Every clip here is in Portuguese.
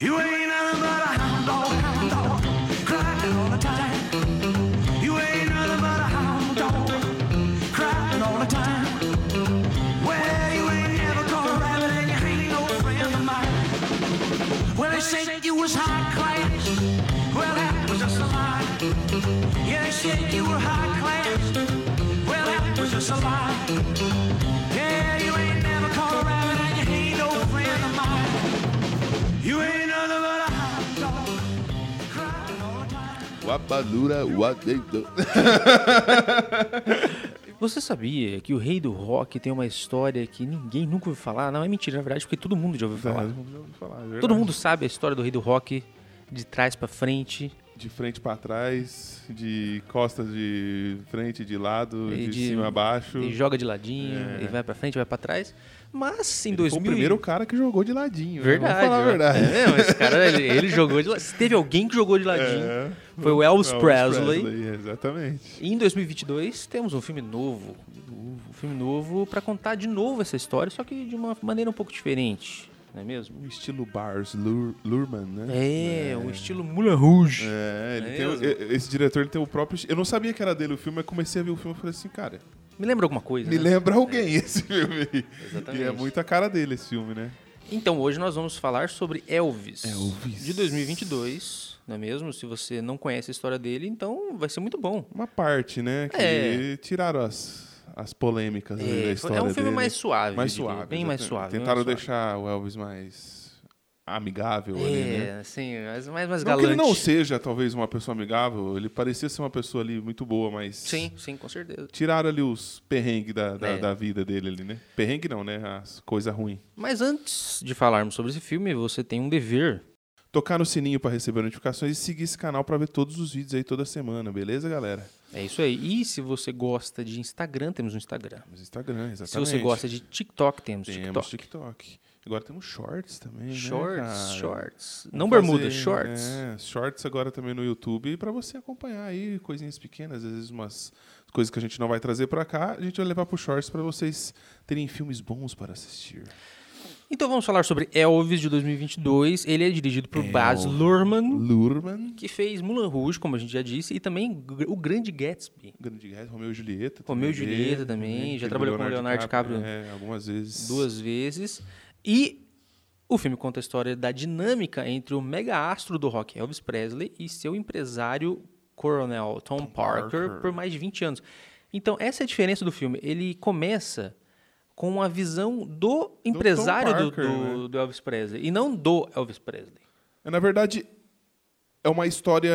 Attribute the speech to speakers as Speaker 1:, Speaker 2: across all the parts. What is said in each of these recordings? Speaker 1: You ain't nothing but a hound dog, hound dog, crying all the time. You ain't nothing but a hound dog, crying all the time. Well, you ain't never caught a rabbit and you ain't no friend of mine. Well, they said you was high class. Well, that was just a lie. Yeah, they said you were high class. Well, that was just a lie. Yeah, you ain't never caught a rabbit and you ain't no friend of mine. You ain't nothing but a hound dog, crying all the time.
Speaker 2: Guapadura, what they do.
Speaker 3: Você sabia que o rei do rock tem uma história que ninguém nunca ouviu falar? Não, é mentira, na verdade, porque todo mundo já ouviu
Speaker 4: é
Speaker 3: falar. Tá Todo mundo sabe a história do rei do rock de trás pra frente
Speaker 4: De frente pra trás, de costas de frente, de lado,
Speaker 3: E
Speaker 4: de,
Speaker 3: de-
Speaker 4: cima a baixo.
Speaker 3: Ele joga de ladinho, ele vai pra frente, vai pra trás. Mas em
Speaker 4: É. Ele
Speaker 3: 2000...
Speaker 4: foi o
Speaker 3: e-
Speaker 4: primeiro cara que jogou de ladinho. né?
Speaker 3: Verdade.
Speaker 4: Vamos falar a
Speaker 3: né?
Speaker 4: verdade.
Speaker 3: É, mas esse cara, ele, ele jogou de ladinho. Se teve alguém que jogou de ladinho, foi o Elvis,
Speaker 4: É. Elvis
Speaker 3: Presley.
Speaker 4: Exatamente.
Speaker 3: E em 2022 temos um filme novo, um filme novo pra contar de novo essa história, só que de uma maneira um pouco diferente, não é mesmo?
Speaker 4: O Um estilo Bars Lur- Lurman, né?
Speaker 3: É, o estilo Moulin Rouge.
Speaker 4: É, ele
Speaker 3: É
Speaker 4: tem o-
Speaker 3: mesmo?
Speaker 4: e- esse diretor ele tem o próprio. Eu não sabia que era dele o filme, mas comecei a ver o filme e falei assim, cara,
Speaker 3: Me lembra alguma coisa,
Speaker 4: me
Speaker 3: né?
Speaker 4: lembra alguém esse filme aí.
Speaker 3: Exatamente.
Speaker 4: E é muito a cara dele esse filme, né?
Speaker 3: Então, hoje nós vamos falar sobre Elvis,
Speaker 4: Elvis.
Speaker 3: de 2022, não é mesmo? Se você não conhece a história dele, então vai ser muito bom.
Speaker 4: Uma parte, né? Que
Speaker 3: É.
Speaker 4: tiraram as, as polêmicas né, da
Speaker 3: É, foi-
Speaker 4: história.
Speaker 3: é um filme
Speaker 4: dele.
Speaker 3: mais suave,
Speaker 4: Mais
Speaker 3: eu diria,
Speaker 4: suave.
Speaker 3: bem mais
Speaker 4: exatamente.
Speaker 3: suave. bem
Speaker 4: Tentaram
Speaker 3: mais suave.
Speaker 4: deixar o Elvis mais amigável ali, né?
Speaker 3: É, assim, mais, mais, mais
Speaker 4: Não que
Speaker 3: galante.
Speaker 4: ele não seja, talvez, uma pessoa amigável, ele parecia ser uma pessoa ali muito boa, mas.
Speaker 3: Sim, sim, com certeza.
Speaker 4: Tiraram ali os perrengues da, da,
Speaker 3: É.
Speaker 4: da vida dele ali, né? Perrengue não, né? As coisas ruins.
Speaker 3: Mas antes de falarmos sobre esse filme, você tem um dever.
Speaker 4: Tocar no sininho pra receber notificações e seguir esse canal pra ver todos os vídeos aí toda semana, beleza, galera?
Speaker 3: É isso aí. E se você gosta de Instagram, temos um Instagram.
Speaker 4: Temos Instagram, exatamente.
Speaker 3: Se você gosta de TikTok, temos
Speaker 4: Temos
Speaker 3: TikTok.
Speaker 4: TikTok. Agora temos shorts também, né,
Speaker 3: Shorts,
Speaker 4: cara?
Speaker 3: shorts.
Speaker 4: Vamos
Speaker 3: Não bermuda,
Speaker 4: fazer,
Speaker 3: shorts.
Speaker 4: É, shorts agora também no YouTube pra você acompanhar aí coisinhas pequenas, às vezes umas coisas que a gente não vai trazer pra cá, a gente vai levar pro shorts pra vocês terem filmes bons para assistir.
Speaker 3: Então vamos falar sobre Elvis de 2022. Ele é dirigido por Baz Luhrmann,
Speaker 4: Lurman,
Speaker 3: que fez Mulan Rouge, como a gente já disse, e também gr- o Grande Gatsby.
Speaker 4: Grande Guerra, Romeu e Julieta.
Speaker 3: Romeu e
Speaker 4: também
Speaker 3: Julieta
Speaker 4: dele,
Speaker 3: também,
Speaker 4: né,
Speaker 3: já
Speaker 4: que
Speaker 3: trabalhou com o Leonardo
Speaker 4: É, algumas vezes.
Speaker 3: duas vezes. E o filme conta a história da dinâmica entre o mega astro do rock Elvis Presley e seu empresário coronel Tom, Parker,
Speaker 4: Parker.
Speaker 3: por mais de 20 anos. Então, essa é a diferença do filme. Ele começa com a visão do empresário do,
Speaker 4: Parker,
Speaker 3: do- do Elvis Presley e não do Elvis Presley.
Speaker 4: É, Na verdade, é uma história.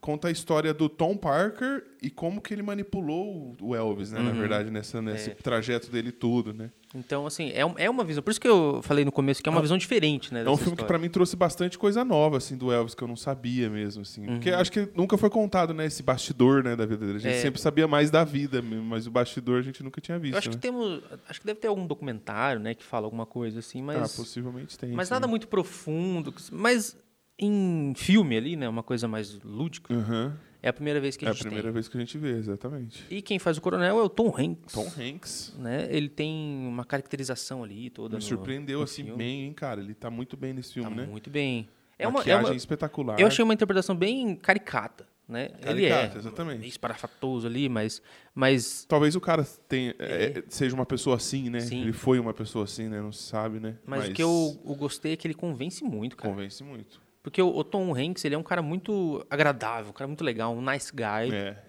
Speaker 4: Conta a história do Tom Parker e como que ele manipulou o Elvis, né? Na
Speaker 3: Uhum.
Speaker 4: verdade, nessa, nesse
Speaker 3: É.
Speaker 4: trajeto dele tudo, né?
Speaker 3: Então, assim, é, um- é uma visão. Por isso que eu falei no começo que é uma visão diferente, né?
Speaker 4: É um
Speaker 3: dessa
Speaker 4: filme que pra
Speaker 3: história.
Speaker 4: mim trouxe bastante coisa nova, assim, do Elvis, que eu não sabia mesmo, assim.
Speaker 3: Uhum.
Speaker 4: Porque acho que nunca foi contado, né, esse bastidor, né, da vida dele. A gente
Speaker 3: É.
Speaker 4: sempre sabia mais da vida mesmo, mas o bastidor a gente nunca tinha visto,
Speaker 3: Eu acho
Speaker 4: né?
Speaker 3: que temos. Acho que deve ter algum documentário, né, que fala alguma coisa assim, mas.
Speaker 4: Ah, possivelmente tem.
Speaker 3: Mas
Speaker 4: sim.
Speaker 3: nada muito profundo. que- Mas em filme ali, né? Uma coisa mais lúdica.
Speaker 4: Aham.
Speaker 3: É a primeira vez que a
Speaker 4: Hum. É a
Speaker 3: gente
Speaker 4: primeira
Speaker 3: tem.
Speaker 4: vez que a gente vê, exatamente.
Speaker 3: E quem faz o coronel é o Tom Hanks.
Speaker 4: Tom Hanks
Speaker 3: Né? Ele tem uma caracterização ali toda.
Speaker 4: me
Speaker 3: no-
Speaker 4: surpreendeu,
Speaker 3: no
Speaker 4: assim,
Speaker 3: filme.
Speaker 4: bem, hein, cara? Ele tá muito bem nesse
Speaker 3: Tá
Speaker 4: filme, né?
Speaker 3: muito bem. É
Speaker 4: É
Speaker 3: uma, é
Speaker 4: Maquiagem
Speaker 3: uma,
Speaker 4: espetacular.
Speaker 3: eu achei uma interpretação bem caricata, né? ele é
Speaker 4: Caricata, exatamente.
Speaker 3: meio esparafatoso ali, mas, mas,
Speaker 4: Talvez o cara tenha, é, seja uma pessoa assim, né?
Speaker 3: Sim.
Speaker 4: Ele foi uma pessoa assim, né? Não se sabe, né?
Speaker 3: mas, o que eu, eu gostei é que ele convence muito, cara.
Speaker 4: Convence muito.
Speaker 3: Porque o, o Tom Hanks, ele é um cara muito agradável, um cara muito legal, um nice guy.
Speaker 4: É.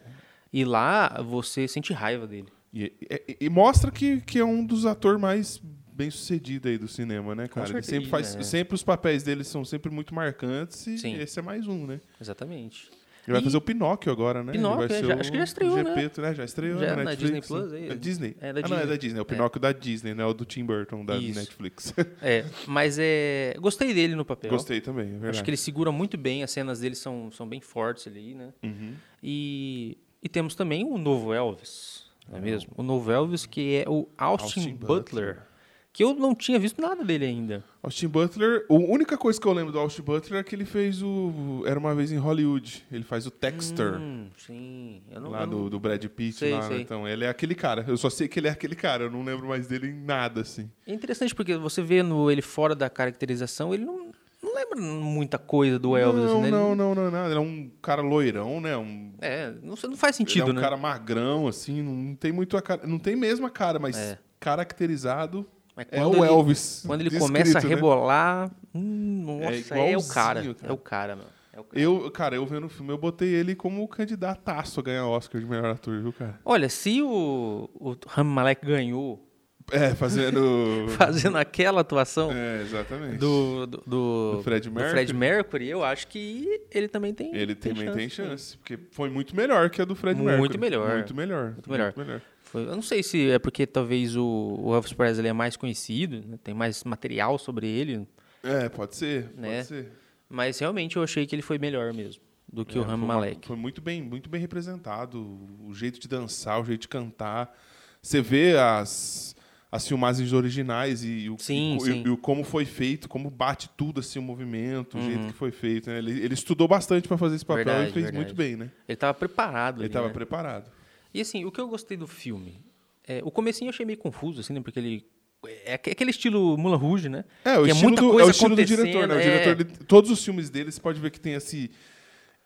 Speaker 3: E lá você sente raiva dele.
Speaker 4: E, e- e mostra que, que é um dos atores mais bem sucedidos aí do cinema, né, cara? Ele
Speaker 3: certeza,
Speaker 4: sempre faz.
Speaker 3: é.
Speaker 4: Sempre os papéis dele são sempre muito marcantes e
Speaker 3: Sim.
Speaker 4: esse é mais um, né?
Speaker 3: Exatamente.
Speaker 4: Ele vai
Speaker 3: E-
Speaker 4: fazer o Pinóquio agora, né?
Speaker 3: Pinóquio,
Speaker 4: ele vai
Speaker 3: é, já- acho que já estreou, né?
Speaker 4: Gepeto, né? Já estreou
Speaker 3: Já
Speaker 4: na
Speaker 3: na
Speaker 4: Netflix,
Speaker 3: Disney Plus,
Speaker 4: né?
Speaker 3: aí.
Speaker 4: É Disney.
Speaker 3: É da
Speaker 4: Ah, não, é
Speaker 3: Disney.
Speaker 4: da Disney. É o
Speaker 3: É.
Speaker 4: Pinóquio da Disney, né? O do Tim Burton da
Speaker 3: Isso.
Speaker 4: Netflix.
Speaker 3: É, mas é. Gostei dele no papel.
Speaker 4: Gostei também, é verdade.
Speaker 3: Acho que ele segura muito bem, as cenas dele são, são bem fortes ali, né?
Speaker 4: Uhum.
Speaker 3: E, e temos também o novo Elvis, não é mesmo? O novo Elvis, que é o Austin,
Speaker 4: Austin
Speaker 3: Butler, que eu não tinha visto nada dele ainda.
Speaker 4: Austin Butler, a única coisa que eu lembro do Austin Butler é que ele fez o. Era uma vez em Hollywood. Ele faz o Texter.
Speaker 3: Hum, sim, eu não,
Speaker 4: Lá
Speaker 3: eu não-
Speaker 4: do, do Brad Pitt,
Speaker 3: Sei,
Speaker 4: lá, né?
Speaker 3: sei.
Speaker 4: então ele é aquele cara. Eu só sei que ele é aquele cara, eu não lembro mais dele em nada, assim.
Speaker 3: É interessante porque você vendo ele fora da caracterização, ele não, não lembra muita coisa do Elvis,
Speaker 4: não,
Speaker 3: assim, né? Ele-
Speaker 4: não, não, não, nada. Ele é um cara loirão, né? Um
Speaker 3: É, não, não faz
Speaker 4: Ele
Speaker 3: sentido,
Speaker 4: é um
Speaker 3: né?
Speaker 4: cara magrão, assim, não tem muito a cara. Não tem mesmo a cara, mas
Speaker 3: É.
Speaker 4: caracterizado
Speaker 3: Mas
Speaker 4: é o
Speaker 3: quando ele-
Speaker 4: Elvis.
Speaker 3: Quando ele
Speaker 4: descrito,
Speaker 3: começa a
Speaker 4: né?
Speaker 3: rebolar, hum, nossa, é, o
Speaker 4: igualzinho,
Speaker 3: cara,
Speaker 4: cara.
Speaker 3: É o cara, mano. É o cara.
Speaker 4: Eu, cara, eu vendo o filme, eu botei ele como candidataço a ganhar Oscar de melhor ator, viu, cara?
Speaker 3: Olha, se o, o Rami Malek ganhou
Speaker 4: É, fazendo.
Speaker 3: fazendo aquela atuação
Speaker 4: é, exatamente.
Speaker 3: do, do, do-
Speaker 4: Do Fred
Speaker 3: do
Speaker 4: Mercury.
Speaker 3: Mercury, eu acho que ele também tem né?
Speaker 4: Ele também tem
Speaker 3: sim.
Speaker 4: chance, porque foi muito melhor que a do Fred
Speaker 3: Muito
Speaker 4: Mercury.
Speaker 3: melhor.
Speaker 4: Muito melhor.
Speaker 3: Muito melhor. Foi- eu não sei se é porque talvez o, o Elvis Presley é mais conhecido, né, tem mais material sobre ele,
Speaker 4: É, pode ser, pode
Speaker 3: Né?
Speaker 4: ser.
Speaker 3: mas realmente eu achei que ele foi melhor mesmo do que
Speaker 4: É,
Speaker 3: o Rami
Speaker 4: foi-
Speaker 3: Malek.
Speaker 4: Foi muito bem, muito bem representado. O jeito de dançar, o jeito de cantar. Você vê as, as filmagens originais e, o,
Speaker 3: Sim,
Speaker 4: e,
Speaker 3: sim.
Speaker 4: e o como foi feito, como bate tudo assim o movimento, o jeito que foi feito. né? Ele, ele estudou bastante para fazer esse papel
Speaker 3: Uhum. Verdade,
Speaker 4: e fez
Speaker 3: verdade.
Speaker 4: muito bem, né?
Speaker 3: Ele tava preparado.
Speaker 4: Ele
Speaker 3: ali,
Speaker 4: estava
Speaker 3: né?
Speaker 4: preparado.
Speaker 3: E assim, o que eu gostei do filme, é, o comecinho eu achei meio confuso, assim, né? Porque ele. É aque- aquele estilo Mula Rouge, né?
Speaker 4: É, o
Speaker 3: que
Speaker 4: estilo,
Speaker 3: muita
Speaker 4: do, é
Speaker 3: coisa
Speaker 4: o estilo do diretor,
Speaker 3: acontecendo, é.
Speaker 4: né? O diretor, ele- todos os filmes dele, você pode ver que tem esse,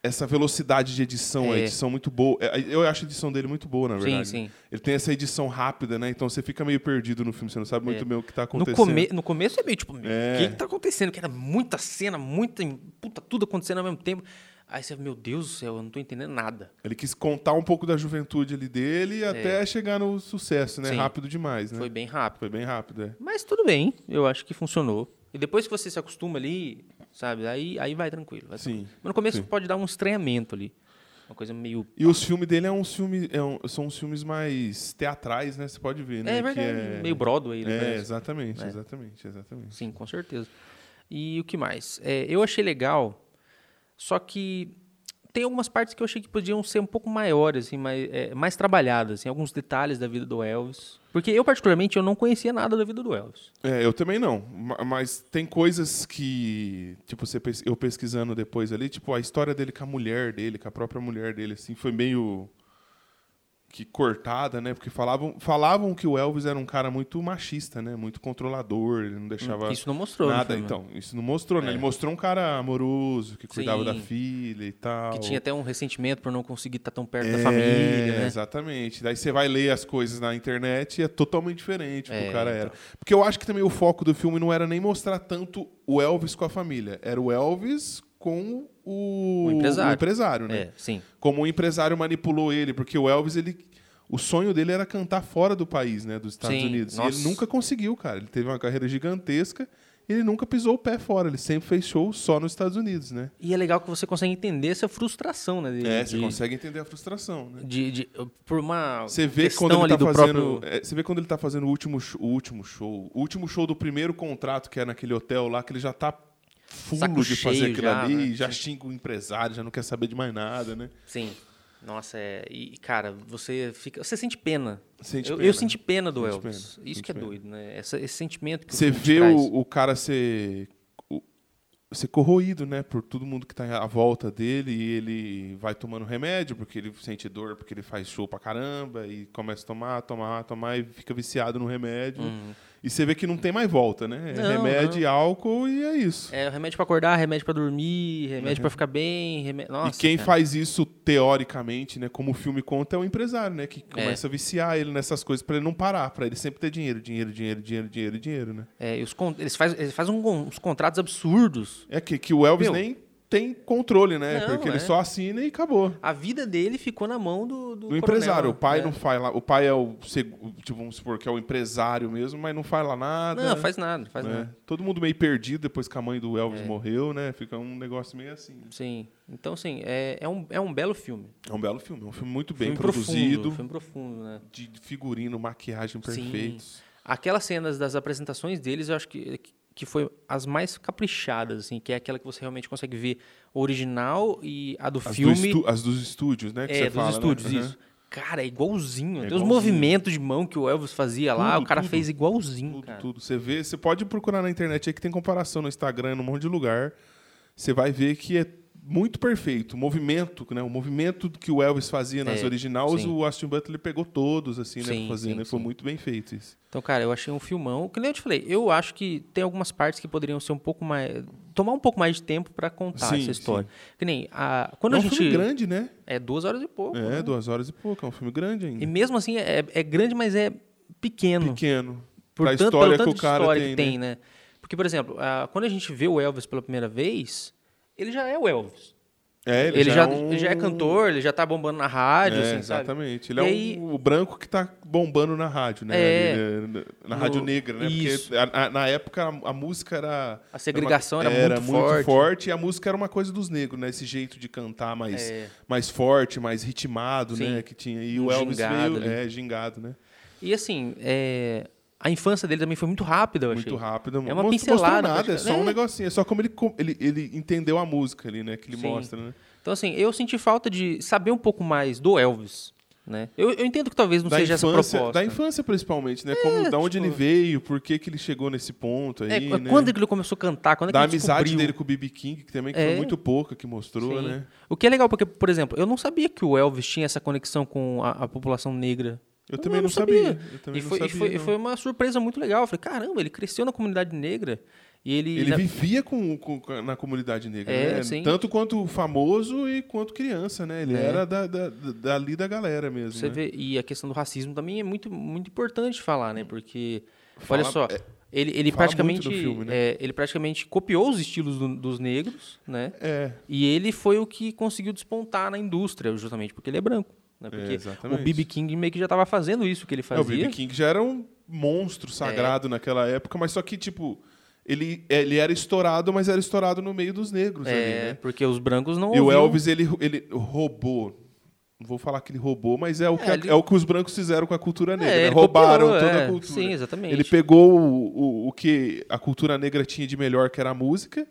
Speaker 4: essa velocidade de edição, a
Speaker 3: É.
Speaker 4: edição muito boa. É, Eu acho a edição dele muito boa, na verdade. né?
Speaker 3: sim.
Speaker 4: Ele tem essa edição rápida, né? Então você fica meio perdido no filme, você não sabe muito bem o que tá
Speaker 3: É. No,
Speaker 4: acontecendo.
Speaker 3: come, no começo é meio tipo, o
Speaker 4: É.
Speaker 3: que, que tá acontecendo? Que era muita cena, muita. Puta, tudo acontecendo ao mesmo tempo. Aí você, meu Deus do céu, eu não tô entendendo nada.
Speaker 4: Ele quis contar um pouco da juventude ali dele até chegar no sucesso, né?
Speaker 3: É. Sim.
Speaker 4: Rápido demais, né?
Speaker 3: Foi bem rápido.
Speaker 4: Foi bem rápido, é.
Speaker 3: Mas tudo bem, eu acho que funcionou. E depois que você se acostuma ali, sabe, aí, aí vai tranquilo. vai
Speaker 4: Sim,
Speaker 3: tranquilo. Mas no começo
Speaker 4: sim.
Speaker 3: pode dar um estranhamento ali. Uma coisa meio.
Speaker 4: E os filmes dele é uns filmes, é um- são uns filmes mais teatrais, né? Você pode ver, né?
Speaker 3: É
Speaker 4: Que
Speaker 3: verdade, meio Broadway, né?
Speaker 4: É,
Speaker 3: parece.
Speaker 4: exatamente, exatamente, exatamente.
Speaker 3: Sim, com certeza. E o que mais? É, eu achei legal, só que tem algumas partes que eu achei que podiam ser um pouco maiores, assim, mais, é, mais trabalhadas, assim, alguns detalhes da vida do Elvis. Porque eu, particularmente, eu não conhecia nada da vida do Elvis.
Speaker 4: É, eu também não. Ma- Mas tem coisas que, tipo, você pes- eu pesquisando depois ali, tipo, a história dele com a mulher dele, com a própria mulher dele, assim, foi meio que cortada, né? Porque falavam, falavam que o Elvis era um cara muito machista, né? Muito controlador, ele não deixava
Speaker 3: Isso não mostrou né, no
Speaker 4: nada.
Speaker 3: filme.
Speaker 4: Então, isso não mostrou, né? Ele mostrou um cara amoroso, que cuidava da
Speaker 3: Sim.
Speaker 4: filha e tal.
Speaker 3: Que tinha até um ressentimento por não conseguir estar tão perto da
Speaker 4: Ah, É,
Speaker 3: família, né?
Speaker 4: Exatamente. Daí você vai ler as coisas na internet e é totalmente diferente do que
Speaker 3: É,
Speaker 4: o cara era. Porque eu acho que também o foco do filme não era nem mostrar tanto o Elvis com a família. Era o Elvis com o,
Speaker 3: O empresário.
Speaker 4: empresário, né?
Speaker 3: É, sim.
Speaker 4: Como o empresário manipulou ele, porque o Elvis, ele. O sonho dele era cantar fora do país, né? Dos Estados
Speaker 3: Sim,
Speaker 4: Unidos. E
Speaker 3: nossa.
Speaker 4: ele nunca conseguiu, cara. Ele teve uma carreira gigantesca e ele nunca pisou o pé fora. Ele sempre fez show só nos Estados Unidos, né?
Speaker 3: E é legal que você consegue entender essa frustração, né? de-
Speaker 4: É, você
Speaker 3: de-
Speaker 4: consegue entender a frustração, né?
Speaker 3: de- de- por uma
Speaker 4: Você vê
Speaker 3: questão
Speaker 4: quando
Speaker 3: ali
Speaker 4: ele tá
Speaker 3: do
Speaker 4: fazendo,
Speaker 3: próprio...
Speaker 4: é, você vê quando ele tá fazendo o último show, o último show, o último show do primeiro contrato que é naquele hotel lá que ele já tá fulo
Speaker 3: Saco
Speaker 4: de fazer
Speaker 3: cheio
Speaker 4: aquilo
Speaker 3: já,
Speaker 4: ali,
Speaker 3: né?
Speaker 4: já xinga o empresário, já não quer saber de mais nada, né?
Speaker 3: Sim. Nossa, é. E, cara, você fica. Você sente pena.
Speaker 4: Sente
Speaker 3: eu,
Speaker 4: pena.
Speaker 3: eu senti pena do
Speaker 4: Sente
Speaker 3: Elvis.
Speaker 4: pena,
Speaker 3: Isso
Speaker 4: sente
Speaker 3: que é
Speaker 4: pena.
Speaker 3: doido, né? Essa- esse sentimento que o
Speaker 4: Você
Speaker 3: filme te
Speaker 4: vê
Speaker 3: traz.
Speaker 4: o, o cara ser o- ser corroído, né, por todo mundo que tá à volta dele e ele vai tomando remédio porque ele sente dor, porque ele faz show pra caramba e começa a tomar, tomar, tomar e fica viciado no remédio. E você vê que não tem mais volta, né? É
Speaker 3: Uhum. Não,
Speaker 4: remédio, e álcool e é isso.
Speaker 3: É, remédio pra acordar, remédio pra dormir, remédio pra ficar bem, remédio. Nossa.
Speaker 4: Uhum. e quem
Speaker 3: cara.
Speaker 4: faz isso teoricamente, né, como o filme conta, é o empresário, né, que começa a viciar ele nessas coisas pra ele não parar, pra ele sempre ter dinheiro, dinheiro, dinheiro, dinheiro, dinheiro, dinheiro, né?
Speaker 3: É, e os con- eles fazem eles fazem um con- uns contratos absurdos.
Speaker 4: É que, que o Elvis
Speaker 3: Meu.
Speaker 4: nem tem controle, né?
Speaker 3: Não,
Speaker 4: Porque
Speaker 3: é.
Speaker 4: ele só assina e acabou.
Speaker 3: A vida dele ficou na mão do. Do,
Speaker 4: Do
Speaker 3: coronel,
Speaker 4: empresário, o pai
Speaker 3: né?
Speaker 4: não faz lá, o pai é o, seg- o- tipo, vamos supor que é o empresário mesmo, mas não faz lá nada.
Speaker 3: Não, faz nada, faz É.
Speaker 4: né?
Speaker 3: nada.
Speaker 4: Todo mundo meio perdido depois que a mãe do Elvis morreu, né? Fica um negócio meio assim.
Speaker 3: Sim. Então, assim, é, é, um, é um belo filme.
Speaker 4: É um belo filme, é um filme muito bem
Speaker 3: filme
Speaker 4: produzido,
Speaker 3: Profundo, filme profundo, né?
Speaker 4: de figurino, maquiagem
Speaker 3: Sim.
Speaker 4: perfeitos.
Speaker 3: Aquelas cenas das apresentações deles, eu acho que, que foi as mais caprichadas, assim, que é aquela que você realmente consegue ver o original e a do
Speaker 4: As, do
Speaker 3: filme.
Speaker 4: estu- as dos estúdios, né? que
Speaker 3: é,
Speaker 4: você
Speaker 3: dos
Speaker 4: fala, né?
Speaker 3: estúdios,
Speaker 4: Uhum.
Speaker 3: isso. Cara, é igualzinho.
Speaker 4: É
Speaker 3: Tem os
Speaker 4: igualzinho.
Speaker 3: movimentos de mão que o Elvis fazia lá,
Speaker 4: Tudo,
Speaker 3: o cara
Speaker 4: tudo.
Speaker 3: fez igualzinho,
Speaker 4: Tudo,
Speaker 3: cara.
Speaker 4: tudo. Você vê, você pode procurar na internet aí que tem comparação no Instagram, num monte de lugar. Você vai ver que é muito perfeito. O movimento, né? O movimento que o Elvis fazia nas
Speaker 3: É,
Speaker 4: originais,
Speaker 3: sim.
Speaker 4: o Austin Butler pegou todos, assim, né?
Speaker 3: Sim,
Speaker 4: pra fazer,
Speaker 3: sim,
Speaker 4: né? Foi
Speaker 3: sim.
Speaker 4: muito bem feito isso.
Speaker 3: Então, cara, eu achei um filmão. Que nem eu te falei, eu acho que tem algumas partes que poderiam ser um pouco mais. tomar um pouco mais de tempo pra contar
Speaker 4: Sim,
Speaker 3: essa história. Que nem a. Quando
Speaker 4: é um
Speaker 3: a gente.
Speaker 4: filme grande, né?
Speaker 3: É duas horas e pouco.
Speaker 4: É,
Speaker 3: né?
Speaker 4: duas horas e pouco. É um filme grande
Speaker 3: E
Speaker 4: ainda.
Speaker 3: mesmo assim é, é grande, mas é pequeno.
Speaker 4: Pequeno.
Speaker 3: Por
Speaker 4: pra
Speaker 3: tanto,
Speaker 4: história
Speaker 3: pelo tanto
Speaker 4: que o
Speaker 3: de
Speaker 4: cara
Speaker 3: história
Speaker 4: tem,
Speaker 3: que
Speaker 4: né?
Speaker 3: tem, né? Porque, por exemplo, ah, quando a gente vê o Elvis pela primeira vez, ele já é o Elvis.
Speaker 4: É,
Speaker 3: né? Ele, já,
Speaker 4: um-
Speaker 3: ele já é cantor, ele já tá bombando na rádio,
Speaker 4: É,
Speaker 3: assim, sabe?
Speaker 4: exatamente.
Speaker 3: E
Speaker 4: Ele é
Speaker 3: aí-
Speaker 4: um- o branco que tá bombando na rádio, né?
Speaker 3: É.
Speaker 4: Ali, né? na
Speaker 3: No-
Speaker 4: rádio negra, né?
Speaker 3: Isso.
Speaker 4: Porque a- a- na época a, a música era.
Speaker 3: A segregação
Speaker 4: era,
Speaker 3: era
Speaker 4: uma-
Speaker 3: muito forte.
Speaker 4: e a música era uma coisa dos negros, né? Esse jeito de cantar mais,
Speaker 3: É.
Speaker 4: mais forte, mais ritmado,
Speaker 3: Sim.
Speaker 4: né? Que tinha. E
Speaker 3: Um
Speaker 4: o Elvis
Speaker 3: gingado
Speaker 4: veio.
Speaker 3: ali.
Speaker 4: É, gingado, né?
Speaker 3: E assim, é, a infância dele também foi muito rápida, eu achei.
Speaker 4: Muito rápido.
Speaker 3: É
Speaker 4: não
Speaker 3: uma
Speaker 4: mostrou
Speaker 3: pincelada, né?
Speaker 4: nada, é só um
Speaker 3: praticamente.
Speaker 4: negocinho. É só como ele, co- ele, ele entendeu a música ali, né? Que ele
Speaker 3: Sim.
Speaker 4: mostra, né?
Speaker 3: Então, assim, eu senti falta de saber um pouco mais do Elvis, né? Eu, eu entendo que talvez não
Speaker 4: da
Speaker 3: seja essa
Speaker 4: infância,
Speaker 3: proposta.
Speaker 4: da infância principalmente, né? Como, da onde
Speaker 3: tipo-
Speaker 4: ele veio, por que, que ele chegou nesse ponto aí,
Speaker 3: É,
Speaker 4: né?
Speaker 3: Quando é que ele começou a cantar? Quando é que
Speaker 4: da
Speaker 3: ele
Speaker 4: amizade
Speaker 3: descobriu?
Speaker 4: dele com o BB King, que também que foi
Speaker 3: É.
Speaker 4: muito pouca que mostrou,
Speaker 3: Sim.
Speaker 4: né?
Speaker 3: O que é legal, porque, por exemplo, eu não sabia que o Elvis tinha essa conexão com a, a população negra.
Speaker 4: Eu também não sabia. Eu também
Speaker 3: e
Speaker 4: não
Speaker 3: foi, e
Speaker 4: sabia,
Speaker 3: foi- e
Speaker 4: não.
Speaker 3: foi uma surpresa muito legal. Eu falei, caramba, ele cresceu na comunidade negra. E ele. né,
Speaker 4: Ele
Speaker 3: na-
Speaker 4: vivia com, com- com- na comunidade negra,
Speaker 3: É,
Speaker 4: né?
Speaker 3: sim.
Speaker 4: Tanto quanto famoso e quanto criança, né? Ele
Speaker 3: É.
Speaker 4: era da, da, da- dali da galera mesmo.
Speaker 3: Você
Speaker 4: né?
Speaker 3: vê, e a questão do racismo também é muito, muito importante falar, né? Porque,
Speaker 4: Fala-
Speaker 3: olha só,
Speaker 4: é,
Speaker 3: ele, ele
Speaker 4: fala
Speaker 3: praticamente
Speaker 4: muito do filme, né?
Speaker 3: é, ele praticamente copiou os estilos do- dos negros, né?
Speaker 4: É.
Speaker 3: E ele foi o que conseguiu despontar na indústria, justamente porque ele é branco. Né? Porque o
Speaker 4: exatamente.
Speaker 3: B.B. King meio que já estava fazendo isso que ele
Speaker 4: É, o
Speaker 3: fazia. É.
Speaker 4: BB King já era um monstro sagrado naquela época, mas só que, tipo, ele, ele era estourado, mas era estourado no meio dos negros ali,
Speaker 3: é,
Speaker 4: né?
Speaker 3: porque os brancos não
Speaker 4: E o
Speaker 3: ouviam-
Speaker 4: Elvis, ele, ele roubou. Não vou falar que ele roubou, mas é o que,
Speaker 3: É, ele- É,
Speaker 4: é o que os brancos fizeram com a cultura negra. né?
Speaker 3: ele
Speaker 4: Roubaram
Speaker 3: copiou,
Speaker 4: toda
Speaker 3: é.
Speaker 4: a cultura.
Speaker 3: Sim, exatamente.
Speaker 4: Ele pegou o, o, o que a cultura negra tinha de melhor, que era a música,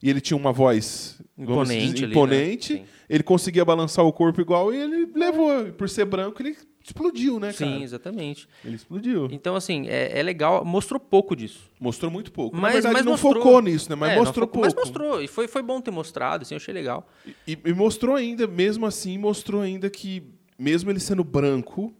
Speaker 4: e ele tinha uma voz vamos
Speaker 3: Imponente ali, né?
Speaker 4: imponente.
Speaker 3: Sim.
Speaker 4: Ele conseguia balançar o corpo igual e ele levou. E Por ser branco, ele explodiu, né,
Speaker 3: é Sim,
Speaker 4: cara?
Speaker 3: exatamente.
Speaker 4: Ele explodiu.
Speaker 3: Então, assim, é, é legal. Mostrou pouco disso.
Speaker 4: Mostrou muito pouco.
Speaker 3: Mas-
Speaker 4: Na verdade,
Speaker 3: mas
Speaker 4: não
Speaker 3: mostrou.
Speaker 4: focou nisso, né? Mas
Speaker 3: É, não
Speaker 4: mostrou
Speaker 3: focou- Mas
Speaker 4: pouco.
Speaker 3: mostrou. E foi, foi bom ter mostrado, assim, eu achei legal.
Speaker 4: E, e mostrou ainda, mesmo assim, mostrou ainda que, mesmo ele sendo branco,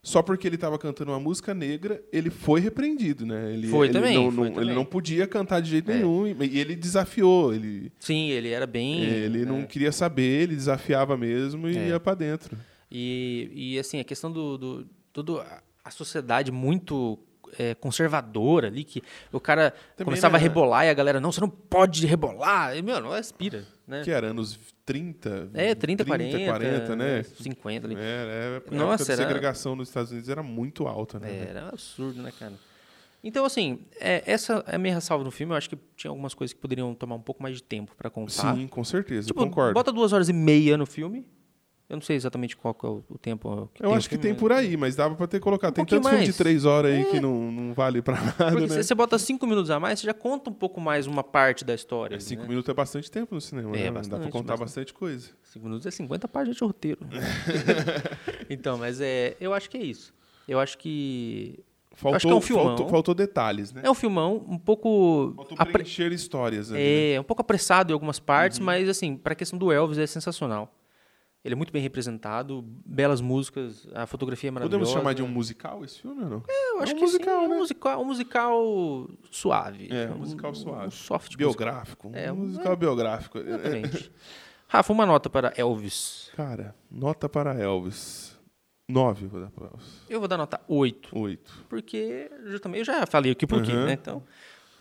Speaker 4: só porque ele estava cantando uma música negra, ele foi repreendido, né? Ele,
Speaker 3: Foi
Speaker 4: ele
Speaker 3: também, foi
Speaker 4: não, não-
Speaker 3: também.
Speaker 4: Ele não podia cantar de jeito
Speaker 3: É.
Speaker 4: nenhum, e e ele desafiou, ele,
Speaker 3: Sim, ele era bem.
Speaker 4: ele não
Speaker 3: é.
Speaker 4: queria saber, ele desafiava mesmo e ia pra dentro.
Speaker 3: E, e, assim, a questão do. do todo a- a sociedade muito é, conservadora ali, que o cara
Speaker 4: Também,
Speaker 3: começava
Speaker 4: né?
Speaker 3: a rebolar e a galera, não, você não pode rebolar. E, meu, não aspira, né?
Speaker 4: Que era anos 30,
Speaker 3: É, 30, 40,
Speaker 4: 40, né?
Speaker 3: 50 ali.
Speaker 4: É, é, a
Speaker 3: Nossa,
Speaker 4: época de
Speaker 3: era-
Speaker 4: segregação nos Estados Unidos era muito alta,
Speaker 3: É,
Speaker 4: né?
Speaker 3: era um absurdo, né, cara? Então, assim, é, essa é a minha ressalva no filme. Eu acho que tinha algumas coisas que poderiam tomar um pouco mais de tempo pra contar.
Speaker 4: Sim, com certeza,
Speaker 3: tipo,
Speaker 4: eu concordo.
Speaker 3: bota duas horas e meia no filme. Eu não sei exatamente qual que é o, o tempo que
Speaker 4: Eu
Speaker 3: tem o
Speaker 4: acho que
Speaker 3: filme,
Speaker 4: tem
Speaker 3: mas-
Speaker 4: por aí, mas dava pra ter colocado. tem
Speaker 3: pouquinho
Speaker 4: tantos filmes de
Speaker 3: mais. É.
Speaker 4: três horas aí que não, não vale pra nada,
Speaker 3: Porque
Speaker 4: né?
Speaker 3: se você bota cinco minutos a mais, você já conta um pouco mais uma parte da história.
Speaker 4: É,
Speaker 3: ali,
Speaker 4: cinco
Speaker 3: né?
Speaker 4: minutos é bastante tempo no cinema,
Speaker 3: É,
Speaker 4: né?
Speaker 3: bastante,
Speaker 4: Dá pra contar
Speaker 3: bastante.
Speaker 4: bastante, coisa.
Speaker 3: Cinco minutos é 50 páginas de roteiro. então, mas é, eu acho que é isso. Eu acho que
Speaker 4: Faltou,
Speaker 3: que é um filmão.
Speaker 4: faltou, faltou detalhes, né?
Speaker 3: é um filmão um pouco...
Speaker 4: Faltou
Speaker 3: apre-
Speaker 4: preencher histórias ali, né?
Speaker 3: É, um pouco apressado em algumas partes,
Speaker 4: Uhum.
Speaker 3: mas assim, para a questão do Elvis é sensacional. Ele é muito bem representado, belas músicas, a fotografia é maravilhosa.
Speaker 4: Podemos chamar de um musical esse filme ou não?
Speaker 3: Eu acho
Speaker 4: é um
Speaker 3: que sim,
Speaker 4: musical,
Speaker 3: é um
Speaker 4: né?
Speaker 3: musical, um musical suave.
Speaker 4: É, um musical suave.
Speaker 3: Um soft musical.
Speaker 4: biográfico. Um
Speaker 3: É, um-
Speaker 4: musical biográfico. É,
Speaker 3: Exatamente. Rafa, uma nota para Elvis.
Speaker 4: Cara, nota para Elvis. Nove, eu vou dar para Elvis.
Speaker 3: Eu vou dar nota 8,
Speaker 4: Oito.
Speaker 3: porque justamente eu já falei aqui por quê,
Speaker 4: Uhum.
Speaker 3: né? Então,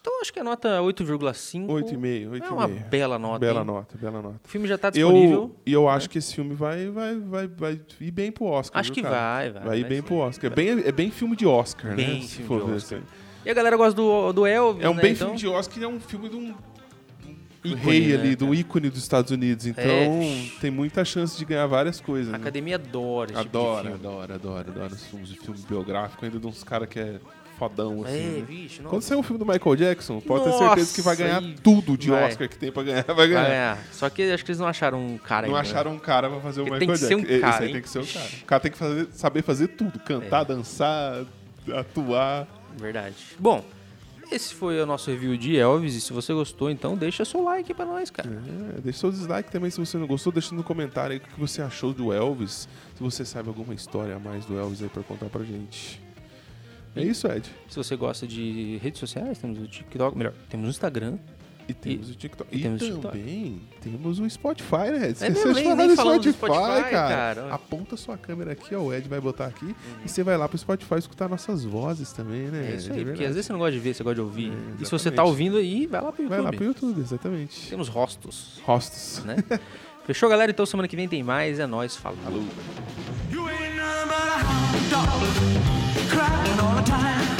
Speaker 3: então acho que a nota 8,5.
Speaker 4: Oito e meio, oito
Speaker 3: É
Speaker 4: e
Speaker 3: uma
Speaker 4: meio.
Speaker 3: bela nota.
Speaker 4: bela
Speaker 3: hein?
Speaker 4: nota, bela nota.
Speaker 3: O filme já está disponível. né?
Speaker 4: Eu, e eu acho que esse filme vai, vai, vai, vai ir bem pro Oscar.
Speaker 3: Acho
Speaker 4: viu,
Speaker 3: que
Speaker 4: cara?
Speaker 3: vai, Tá, vai.
Speaker 4: Vai ir bem pro Oscar. É bem, é bem filme de Oscar,
Speaker 3: Bem
Speaker 4: né? Se
Speaker 3: filme
Speaker 4: for
Speaker 3: de
Speaker 4: ver
Speaker 3: Oscar.
Speaker 4: assim.
Speaker 3: E a galera gosta do, do Elvis,
Speaker 4: É um
Speaker 3: né?
Speaker 4: bem
Speaker 3: então...
Speaker 4: filme de Oscar e é um filme de um, de um
Speaker 3: Ícone,
Speaker 4: rei
Speaker 3: né,
Speaker 4: ali, de um
Speaker 3: cara?
Speaker 4: ícone dos Estados Unidos. Então
Speaker 3: É.
Speaker 4: tem muita chance de ganhar várias coisas.
Speaker 3: A
Speaker 4: Né?
Speaker 3: academia adora esse
Speaker 4: Adora,
Speaker 3: tipo
Speaker 4: adora, adora, adora os filmes de filme biográfico, ainda de uns caras que é fodão,
Speaker 3: de filme.
Speaker 4: assim.
Speaker 3: É,
Speaker 4: né?
Speaker 3: vixe,
Speaker 4: Quando
Speaker 3: nossa.
Speaker 4: sair um filme do Michael Jackson, pode ter
Speaker 3: Nossa,
Speaker 4: certeza que vai ganhar
Speaker 3: aí
Speaker 4: tudo de
Speaker 3: vai.
Speaker 4: Oscar que tem pra ganhar. Vai ganhar.
Speaker 3: Vai ganhar. Só que acho que eles não acharam um cara
Speaker 4: Não
Speaker 3: ainda.
Speaker 4: acharam um cara pra fazer o
Speaker 3: Ele
Speaker 4: Michael
Speaker 3: tem que ser
Speaker 4: Jackson.
Speaker 3: um
Speaker 4: Esse
Speaker 3: cara,
Speaker 4: aí
Speaker 3: hein? É.
Speaker 4: tem que ser um cara. O cara tem que fazer- saber fazer tudo. Cantar, dançar, atuar.
Speaker 3: Verdade. Bom, Esse foi o nosso review de Elvis. E se você gostou, então deixa seu like pra nós, cara.
Speaker 4: É, deixa seu dislike também se você não gostou, deixa no comentário aí o que você achou do Elvis. Se você sabe alguma história a mais do Elvis aí pra contar pra gente. É isso, Ed.
Speaker 3: Se você gosta de redes sociais, temos o TikTok, melhor, temos o Instagram.
Speaker 4: E temos o TikTok.
Speaker 3: e
Speaker 4: E,
Speaker 3: temos o TikTok.
Speaker 4: também temos o Spotify, né, Ed?
Speaker 3: mesmo,
Speaker 4: Esqueceu de
Speaker 3: nem-
Speaker 4: falar
Speaker 3: nem
Speaker 4: do
Speaker 3: falamos do
Speaker 4: Spotify,
Speaker 3: Spotify,
Speaker 4: cara.
Speaker 3: cara. Uhum.
Speaker 4: Aponta sua câmera aqui, ó, o Ed vai botar aqui. E você vai lá pro Spotify escutar nossas vozes também, né?
Speaker 3: É, isso
Speaker 4: Ed?
Speaker 3: aí, porque
Speaker 4: verdade.
Speaker 3: às vezes você não gosta de ver, você gosta de ouvir.
Speaker 4: É,
Speaker 3: e se você
Speaker 4: exatamente.
Speaker 3: tá ouvindo aí, vai lá pro YouTube.
Speaker 4: Vai lá pro YouTube, exatamente.
Speaker 3: Temos rostos,
Speaker 4: Rostos.
Speaker 3: né? Fechou, galera? Então semana que vem tem mais. É nóis, falou.
Speaker 2: Alô.
Speaker 1: You ain't nothing but a hound dog, crying all the time.